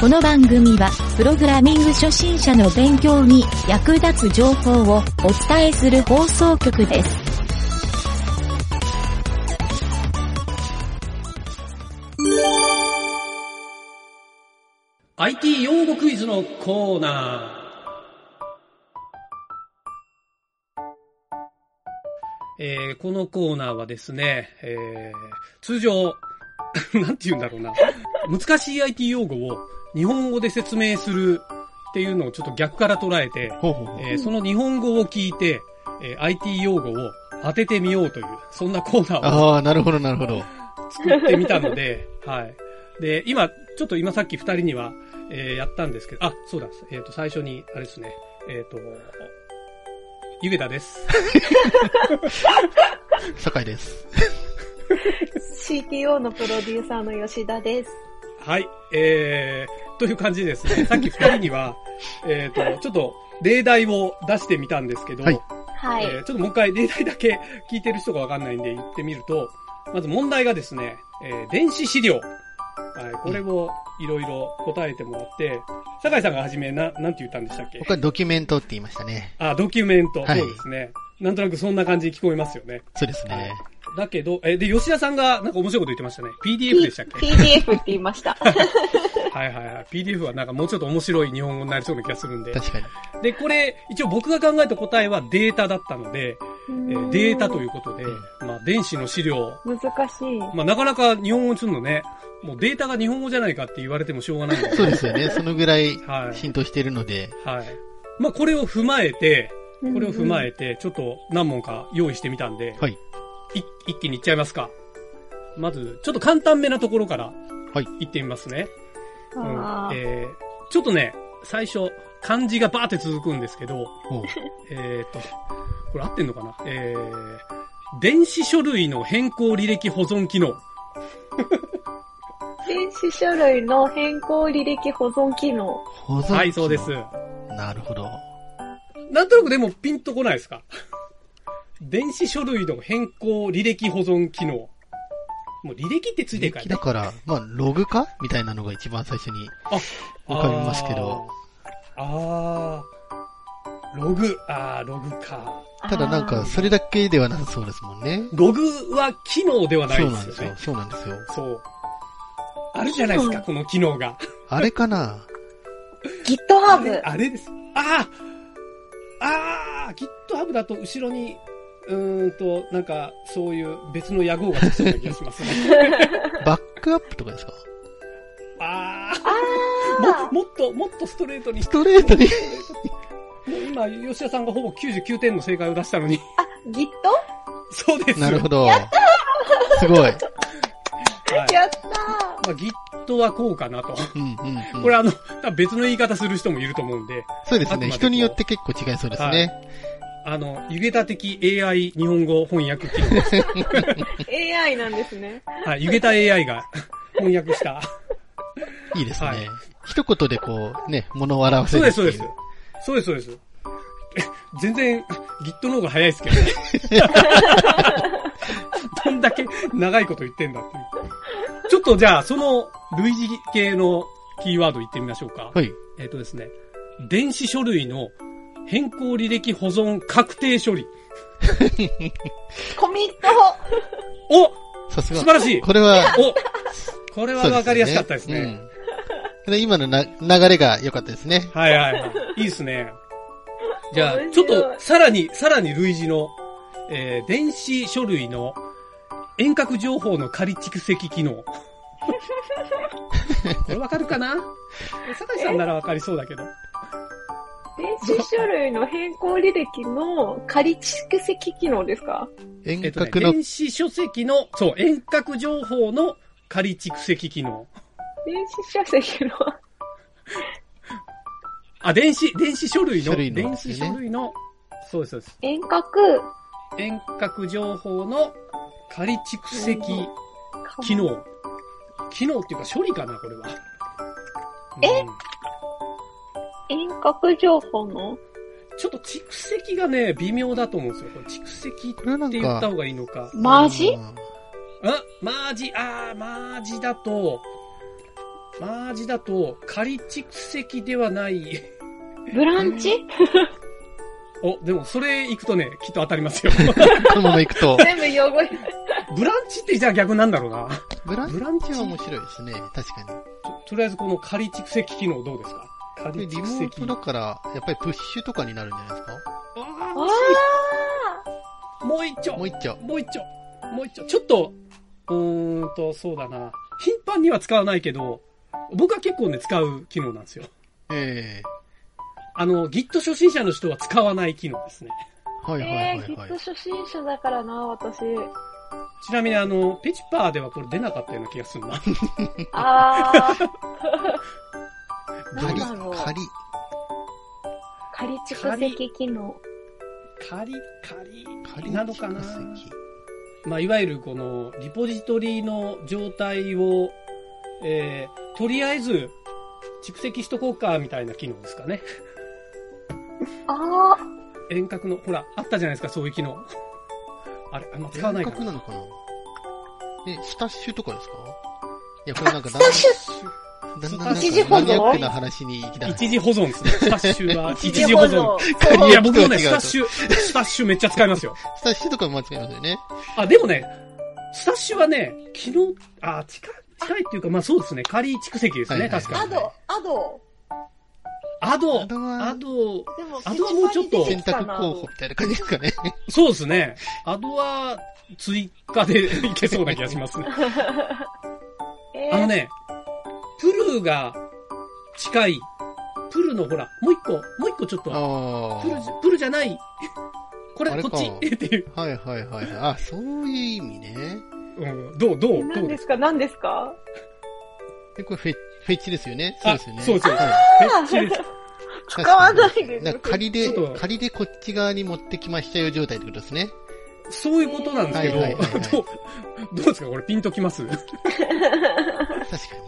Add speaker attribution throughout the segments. Speaker 1: この番組は、プログラミング初心者の勉強に役立つ情報をお伝えする放送局です。
Speaker 2: IT 用語クイズのコーナー。えーこのコーナーはですね、えー通常、 なんて言うんだろうな。難しい IT 用語を日本語で説明するっていうのをちょっと逆から捉えて、
Speaker 3: ほうほうほう。
Speaker 2: えーその日本語を聞いて、えー IT 用語を当ててみようという、そんなコーナーを
Speaker 3: ああ、なるほど、なるほど。
Speaker 2: 作ってみたので、 はい。で、今、ちょっと今さっき二人には、えーやったんですけど、あ、そうだ、えっ、と、最初に、あれですね、えっ、と、ゆげたです。
Speaker 3: 酒井です。
Speaker 4: CTO のプロデューサーの吉田です。
Speaker 2: はい、えー、という感じです ね。さっき二人には、えっと、ちょっと、例題を出してみたんですけど、
Speaker 3: はい
Speaker 4: はい。
Speaker 2: えーちょっともう一回例題だけ聞いてる人がわかんないんで言ってみると、まず問題がですね、えー電子資料。はい、これをいろいろ答えてもらって、酒井さんがはじめな、なんて言ったんでしたっけ
Speaker 3: 僕はドキュメントって言いましたね。
Speaker 2: あ、ドキュメント。
Speaker 3: はい
Speaker 2: そうですね。なんとなくそんな感じに聞こえますよね。
Speaker 3: そうですね。
Speaker 2: だけど、え、で、吉田さんがなんか面白いこと言ってましたね。PDF でしたっけ
Speaker 4: PDF って言い ました。
Speaker 2: はいはいはい。PDF はなんかもうちょっと面白い日本語になりそうな気がするんで。
Speaker 3: 確かに。
Speaker 2: で、これ、一応僕が考えた答えはデータだったので、えーデータということで、まあ、電子の資料。
Speaker 4: 難しい。
Speaker 2: まあ、なかなか日本語にするのね、もうデータが日本語じゃないかって言われてもしょうがないんで。
Speaker 3: そうですよね。そのぐらい
Speaker 2: はい。
Speaker 3: 浸透しているので、
Speaker 2: はい。まあ、これを踏まえて、これを踏ま
Speaker 4: え。
Speaker 2: えて、ちょっと何問か用意してみたんで、
Speaker 3: はい。
Speaker 2: い一気にいっちゃいますか。まず、ちょっと簡単めなところから、
Speaker 3: はい。
Speaker 2: 行ってみますね。うん
Speaker 4: あー
Speaker 2: えーちょっとね、最初、漢字がバーって続くんですけど、
Speaker 3: ほう
Speaker 2: えーっと、これ合ってんのかなえー、電子書類の変更履歴保存機能。
Speaker 4: 電子書類の変更履歴保存機能。
Speaker 3: 保存
Speaker 2: はい、そうです。
Speaker 3: なるほど。
Speaker 2: なんとなくでもピンとこないですか電子書類の変更履歴保存機能。もう履歴ってついてるから、ね。
Speaker 3: だから、まあ、ログ化みたいなのが一番最初に浮かびますけど。
Speaker 2: あー。あーログ、あー、ログか。
Speaker 3: ただなんか、それだけではなさそうですもんね。
Speaker 2: ログは機能ではない
Speaker 3: そう
Speaker 2: で
Speaker 3: なん
Speaker 2: す
Speaker 3: で
Speaker 2: よ
Speaker 3: すよ
Speaker 2: ね。。
Speaker 3: そうなんですよ。
Speaker 2: そうあるじゃないですか、この機能が。
Speaker 3: あれかな
Speaker 2: あ
Speaker 4: GitHub
Speaker 2: れ。 あれです。あああー GitHub だと後ろに、うーんと、なんか、そういう別の野号がつくような気がしますね。
Speaker 3: バックアップとかですか
Speaker 2: あ
Speaker 4: あ
Speaker 2: あも、もっと、もっとストレートに。
Speaker 3: ストレートに。
Speaker 2: もう今、吉田さんがほぼ99点の正解を出したのに。
Speaker 4: Git?
Speaker 2: そうです。
Speaker 3: なるほど。すごい。
Speaker 2: はい
Speaker 4: やった
Speaker 2: まあ、Git はこうかなと。
Speaker 3: うんうん、うん。
Speaker 2: これあの、多分別の言い方する人もいると思うんで、
Speaker 3: そうです
Speaker 2: あくま
Speaker 3: ね。
Speaker 2: でこう
Speaker 3: 人によって結構違いそうですね。
Speaker 2: あの、湯げた的 AI 日本語翻訳機能です。
Speaker 4: ー !AI なんですね。
Speaker 2: はい、湯げた AI が翻訳した。
Speaker 3: い、いですね、
Speaker 2: はい
Speaker 3: 一言でこう、ね、物を表せ
Speaker 2: そう
Speaker 3: る
Speaker 2: で
Speaker 3: って
Speaker 2: す、そ
Speaker 3: いうう。
Speaker 2: です。そうです、そうです。 全然、Git の方が早いですけどね。 どんだけ長いこと言ってんだっていう。ちょっとじゃあ、その類似系のキーワード言ってみましょうか。
Speaker 3: はい。
Speaker 2: えっ、とですね、電子書類の変更履歴保存確定処理。
Speaker 4: コミット
Speaker 2: お
Speaker 3: さす
Speaker 2: 素晴
Speaker 3: が。
Speaker 2: らしい
Speaker 3: これは、
Speaker 2: おこれ
Speaker 3: こ
Speaker 2: はわかりやすかったですね。
Speaker 3: うんで今のな流れが良かったですね。
Speaker 2: はいはいはい。いいですね。じゃあ
Speaker 4: 面、
Speaker 2: ちょっ
Speaker 4: 白い
Speaker 2: と、さらに、さらに類似の、えー、電子書類の遠隔情報の仮蓄積機 能。これわかるかな酒井さんならわかりそうだけど。
Speaker 4: 電子書類の変更履歴の仮蓄積機能ですか
Speaker 3: 遠
Speaker 2: えっとね、
Speaker 3: 隔の、
Speaker 2: 電子書籍の、そう、遠隔情報の仮蓄積機能。
Speaker 4: 電子書籍の、
Speaker 2: あ、電子、電子書類の、
Speaker 3: 書類の
Speaker 2: 電子書類の、そうです、そうです。
Speaker 4: 遠隔、
Speaker 2: 遠隔情報の仮蓄積機
Speaker 4: 日。
Speaker 2: 能。機能っていうか処理かな、これは。
Speaker 4: え
Speaker 2: うん
Speaker 4: 遠隔情報の
Speaker 2: ちょっと蓄積がね、微妙だと思うんですよ。これ蓄積って
Speaker 3: これなん
Speaker 2: 言った
Speaker 3: か、
Speaker 2: 方がいいのか。
Speaker 4: マジ
Speaker 3: うん
Speaker 2: あ、マージ、あー、マージだと、マージだと、仮蓄積ではない。
Speaker 4: ブランチ
Speaker 2: お、でもそれ行くとね、きっと当た りますよ。
Speaker 3: このまま行く と、
Speaker 4: 全部用語に
Speaker 2: ブランチってじゃあ逆なんだろうな。
Speaker 3: ブラン
Speaker 2: ブランチ
Speaker 3: チは面白いですね。確かに。
Speaker 2: ととりあえずこの仮蓄積機能どうですか
Speaker 3: で
Speaker 2: 仮
Speaker 3: リ
Speaker 2: 蓄
Speaker 3: モー
Speaker 2: 積
Speaker 3: トだから、やっぱりプッシュとかになるんじゃないです
Speaker 2: あ
Speaker 4: あ
Speaker 2: ーもう一丁
Speaker 3: かもう一丁。
Speaker 2: もう一丁もう一丁ちょっと、うーんと、そうだな。頻繁には使わないけど、僕は結構ね、使う機能なんですよ。
Speaker 3: ええ
Speaker 2: あの、Git 初心者の人は使わない機能ですね。
Speaker 3: は
Speaker 4: ー
Speaker 3: いはい
Speaker 4: え
Speaker 3: は
Speaker 4: ー、き
Speaker 3: い
Speaker 4: っ
Speaker 3: はい
Speaker 4: と。初心者だからな、 私。
Speaker 2: ちなみにあの、ペチパーではこれ出なかったような気がするな。
Speaker 4: あー、なん
Speaker 3: 仮
Speaker 4: だろう、
Speaker 3: 仮。
Speaker 4: 仮蓄積機能。
Speaker 2: 仮、仮、
Speaker 3: 仮
Speaker 2: なのかな
Speaker 3: 蓄積
Speaker 2: まあ、いわゆるこの、リポジトリの状態を、えー、とりあえず、蓄積しとこうか、みたいな機能ですかね。
Speaker 4: あ
Speaker 2: 遠隔の、ほら、あったじゃないですか、そういう機能。あれ、あんま使わない
Speaker 3: 遠
Speaker 2: か
Speaker 3: 隔
Speaker 2: な。
Speaker 3: なのかなえ、スタッシュとかですかいや、これなんかだん
Speaker 4: ー、シュ
Speaker 3: だんだんな
Speaker 2: 一時
Speaker 3: ん
Speaker 2: 保
Speaker 3: かマ
Speaker 2: 存
Speaker 3: ニアックな話に行きだ
Speaker 2: 一時保 存ですね。スタッシュは一時保存。
Speaker 3: 存
Speaker 2: いや、僕もね、
Speaker 3: 違う
Speaker 2: スタッシュ、スタッシュめっちゃ使いますよ。
Speaker 3: スタッシュとか間違いますよね。
Speaker 2: あ、でもね、スタッシュはね、昨日、あ、近い、近いっていうか、まあそうですね、仮蓄積ですね、
Speaker 3: はいはい
Speaker 2: 確か
Speaker 5: ア
Speaker 2: に。
Speaker 5: ド、アド。
Speaker 2: アド、
Speaker 3: アドは
Speaker 2: アド、
Speaker 5: でも、
Speaker 2: アドはもうちょっと
Speaker 3: 選択候補みたいな感じですかね。
Speaker 2: そうですね。アドは追加で いけそうな気がしますね。
Speaker 4: えー、
Speaker 2: あのね、プルが近い。プルのほら、もう一個、もう一個ちょっと、
Speaker 3: あ
Speaker 2: プルじゃ、プルじゃない。これ
Speaker 3: あ、れ
Speaker 2: こ
Speaker 3: か
Speaker 2: っち っていう。
Speaker 3: あ。はいはいはいはい。あ、そういう意味ね。
Speaker 2: うん、どう、どう、ど
Speaker 4: 何
Speaker 2: う
Speaker 4: で
Speaker 2: です
Speaker 4: すか何ですか
Speaker 3: で、これフェフェチですよね。そうですよね。
Speaker 2: あそうですよ
Speaker 3: はい
Speaker 2: かペッチです
Speaker 3: 使
Speaker 4: わないで
Speaker 3: 仮で
Speaker 2: ちょっと、
Speaker 3: 仮でこっち側に持ってきましたよ状態ってことですね。
Speaker 2: そういうことなんですけど、
Speaker 3: はいはいはいはい
Speaker 2: どう、どうですかこれピンときます
Speaker 3: 確か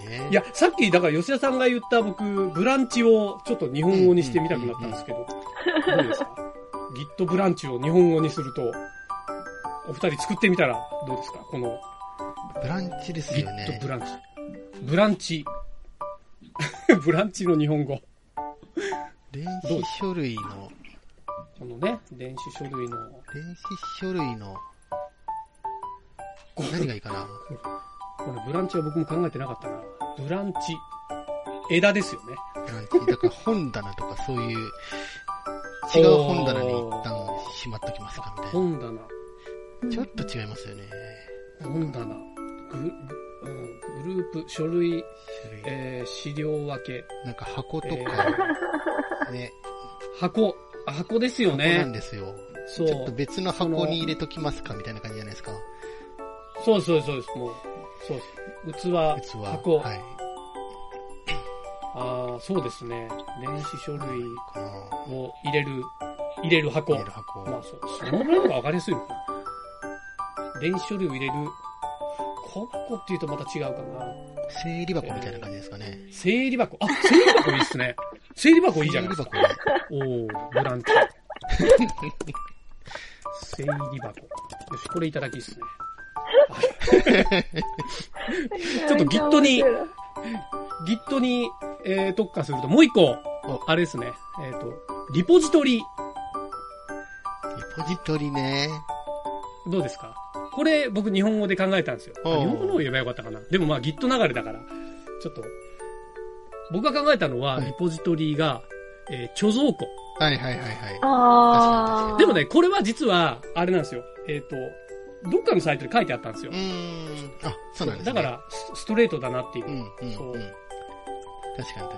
Speaker 3: にね。
Speaker 2: いや、さっき、だから吉田さんが言った僕、ブランチをちょっと日本語にしてみたくなったんですけど、どうですか ?Git ブランチを日本語にすると、お二人作ってみたらどうですかこの
Speaker 3: ブランチですよ
Speaker 2: Git
Speaker 3: ね
Speaker 2: ブ。ランチ。ブランチ。 ブランチの日本語。
Speaker 3: 電子書類の、
Speaker 2: このね、電子書
Speaker 3: 電
Speaker 2: 類の、
Speaker 3: 子書類の、
Speaker 2: これ
Speaker 3: 何がいいかな
Speaker 2: このブランチは僕も考えてなかったな。ブランチ。枝ですよね。
Speaker 3: ブランチ。だから本棚とかそういう、違う本棚に一旦しまっときますかみたい
Speaker 2: 本棚。
Speaker 3: な。ちょっと違いますよね。
Speaker 2: 本棚。ググうんグループ、書類、
Speaker 3: 書類
Speaker 2: えー資料分け。
Speaker 3: なんか箱とか、 ね、
Speaker 2: 箱。あ箱ですよ
Speaker 3: 箱なん
Speaker 2: ね。
Speaker 3: ですよ。
Speaker 2: そ
Speaker 3: ちょっと
Speaker 2: う。
Speaker 3: 別の箱に入れときますかみたいな感じじゃないですか。
Speaker 2: そうそうそうです。もう、そうです。器、
Speaker 3: 器。
Speaker 2: 箱。
Speaker 3: はい。
Speaker 2: ああ、そうですね。電子書類
Speaker 3: かな
Speaker 2: を入れる、入れる箱。
Speaker 3: 入れる箱。
Speaker 2: まあそう、そのぐらいの方がわかりやすいのかな。電子書類を入れる小箱っていうとまた違うかな。
Speaker 3: 整理箱みたいな感じですかね。
Speaker 2: 整理箱。あ、整理箱いいっすね。整理箱いいじゃないですか。
Speaker 3: 整理箱
Speaker 2: おおブランチ。整理箱。よし、これいただきっすね。
Speaker 4: ち
Speaker 2: ょっと Git に Git に、えー、特化すると、もう一個、あれですね。えっ、と、リポジトリ、
Speaker 3: リポジトリね。
Speaker 2: どうですかこれ、僕日本語で考えたんですよ。あ
Speaker 3: おう
Speaker 2: 日本語の方言えばよかったかな。でもまあ Git 流れだから、ちょっと、僕が考えたのは、
Speaker 3: はい
Speaker 2: リポジトリが、えー貯蔵庫。
Speaker 3: はいはいはいはい。
Speaker 4: あー。
Speaker 2: でもね、これは実は、あれなんですよ。えっ、と、どっかのサイトで書いてあったんですよ
Speaker 3: う。ーん。あ、そうなんです
Speaker 2: だ
Speaker 3: ね。
Speaker 2: から、スストレートだなっていう。
Speaker 3: うん、うん、うん。確
Speaker 2: そ
Speaker 3: か
Speaker 2: う
Speaker 3: に確かに。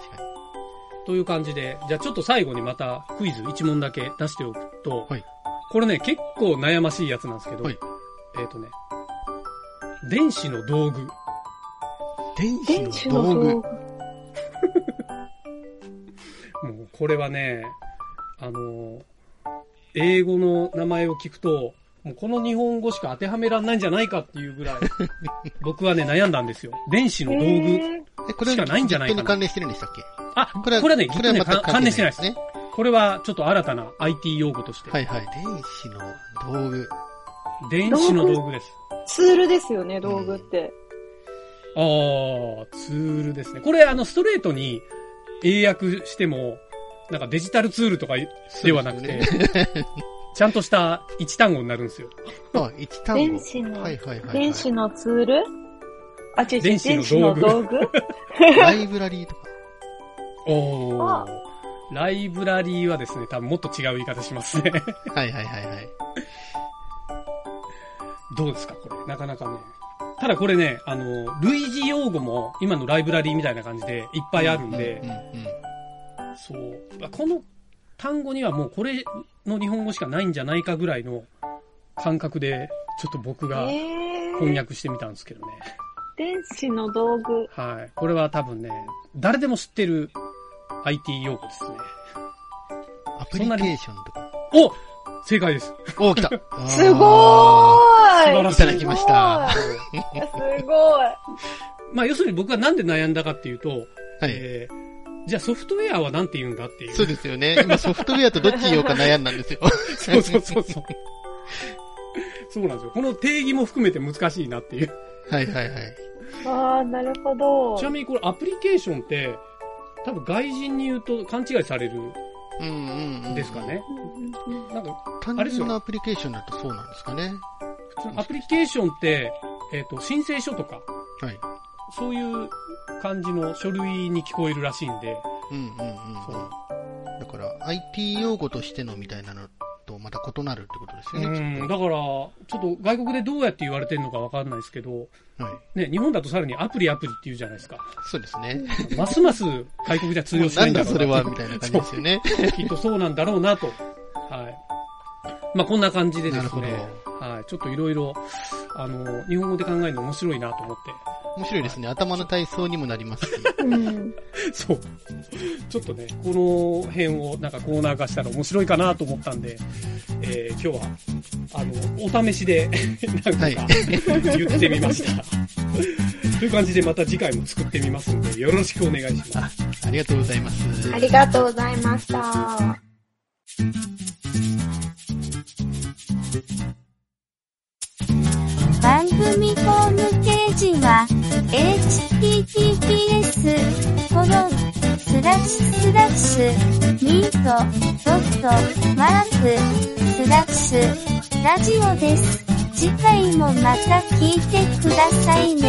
Speaker 2: という感じで、じゃあちょっと最後にまたクイズ1問だけ出しておくと、
Speaker 3: はい
Speaker 2: これね、結構悩ましいやつなんですけど、
Speaker 3: はい
Speaker 2: えっ、とね、電子の道具。
Speaker 3: 電子
Speaker 4: 電子
Speaker 3: の道
Speaker 4: の
Speaker 3: 具
Speaker 4: 道。具。
Speaker 2: もうこれはね、あの、英語の名前を聞くと、もうこの日本語しか当てはめらんないんじゃないかっていうぐ らい、僕はね、悩んだんですよ。電子の道具。
Speaker 4: えー
Speaker 3: え、これ
Speaker 2: しかないんじゃないか
Speaker 3: ネ
Speaker 2: な
Speaker 3: ットに関連してるんでしたっけ
Speaker 2: あ、これはね、きっとね、関関連してないです。
Speaker 3: ね。
Speaker 2: これはちょっと新たな IT 用語として。
Speaker 3: はいはい。電子の道具。
Speaker 2: 電子の道具です。
Speaker 4: ツールですよね、道具って。
Speaker 2: ああ、ツールですね。これ、あの、ストレートに英訳しても、なんかデジタルツールとかではなくて、 ちゃんとした一単語になるんですよ。
Speaker 3: あ、一単語。
Speaker 6: 電子の
Speaker 3: はいはいはいはい。
Speaker 4: 電子のツールあ、違う違
Speaker 2: 電
Speaker 4: う、電
Speaker 2: 子の道具
Speaker 4: 子の道具
Speaker 3: ライブラリーとか。
Speaker 2: お
Speaker 4: あ
Speaker 2: ー。ライブラリーはですね、多分もっと違う言い方しますね。
Speaker 3: はいはいはいはい。
Speaker 2: どうですかこれ。なかなかね。ただこれね、あの、類似用語も今のライブラリーみたいな感じでいっぱいあるんで
Speaker 3: う、んうんうん
Speaker 2: そう。この単語にはもうこれの日本語しかないんじゃないかぐらいの感覚で、ちょっと僕が
Speaker 4: え
Speaker 2: 翻
Speaker 4: ー、
Speaker 2: 訳してみたんですけどね。
Speaker 4: 電子の道具。
Speaker 2: はい。これは多分ね、誰でも知ってる IT 用語ですね。
Speaker 3: アプリケーションとか。
Speaker 2: お正解です。
Speaker 3: おー、来た
Speaker 4: す
Speaker 3: あ
Speaker 4: ごー
Speaker 2: 素
Speaker 4: い
Speaker 2: 晴ら
Speaker 3: ーいただきました。
Speaker 4: すごい。
Speaker 2: まあ要するに僕がなんで悩んだかっていうと、
Speaker 3: はい。
Speaker 2: えーじゃあソフトウェアはなんて言うんだっていう。
Speaker 3: そうですよね。今ソフトウェアとどっち言おうか悩んだんですよ。
Speaker 2: そうそうそうそう。そうなんですよ。この定義も含めて難しいなっていう。
Speaker 3: はいはいはい。
Speaker 4: ああ、なるほど。
Speaker 2: ちなみにこれアプリケーションって、多分外人に言うと勘違いされる
Speaker 3: うんうんうん
Speaker 2: んですか。ね。なんか、
Speaker 3: 単
Speaker 2: あれですよ
Speaker 3: 純なアプリケーションだとそうなんですかね。
Speaker 2: 普通アプリケーションって、えっ、と、申請書とか、
Speaker 3: はい。
Speaker 2: そういう感じの書類に聞こえるらしいんで、
Speaker 3: うんうんうん
Speaker 2: そう
Speaker 3: うん。だから、IT 用語としてのみたいなのとまた異なるってことですよね、
Speaker 2: うん、
Speaker 3: き
Speaker 2: だ
Speaker 3: っ
Speaker 2: から、ちょっと外国でどうやって言われてるのかわかんないですけど、
Speaker 3: と。はい。
Speaker 2: ね、日本だとさらにアプリアプリって言うじゃないですか。
Speaker 3: そうですね。
Speaker 2: ますます外国じゃ通用しないんだ
Speaker 3: だ
Speaker 2: ろう
Speaker 3: それ
Speaker 2: な
Speaker 3: は、
Speaker 2: と
Speaker 3: みたいな感じですよね。
Speaker 2: きっとそうなんだろうなと。はい。まあ、こんな感じでで
Speaker 3: なる
Speaker 2: す
Speaker 3: ほど。
Speaker 2: ね。はい。ちょっといろいろ、あの、日本語で考えるの面白いなと思っ
Speaker 3: 面白いですね。頭の体操にもなり ますし。
Speaker 6: うん。
Speaker 2: て。 そう。ちょっとね、この辺をなんかコーナー化したら面白いかなと思ったんで、えー今日は、あの、お試しで、 なん
Speaker 3: は
Speaker 2: か
Speaker 3: い。
Speaker 2: 言ってみました。 という感じでまた次回も作ってみますので、よろしくお願いします。
Speaker 3: ありがとうございます。
Speaker 6: ありがとうございました。
Speaker 5: 番組ホームページは https コロンスラッシュスラッシュミートドットマークスラッシュラジオです。次回もまた聞いてくださいね。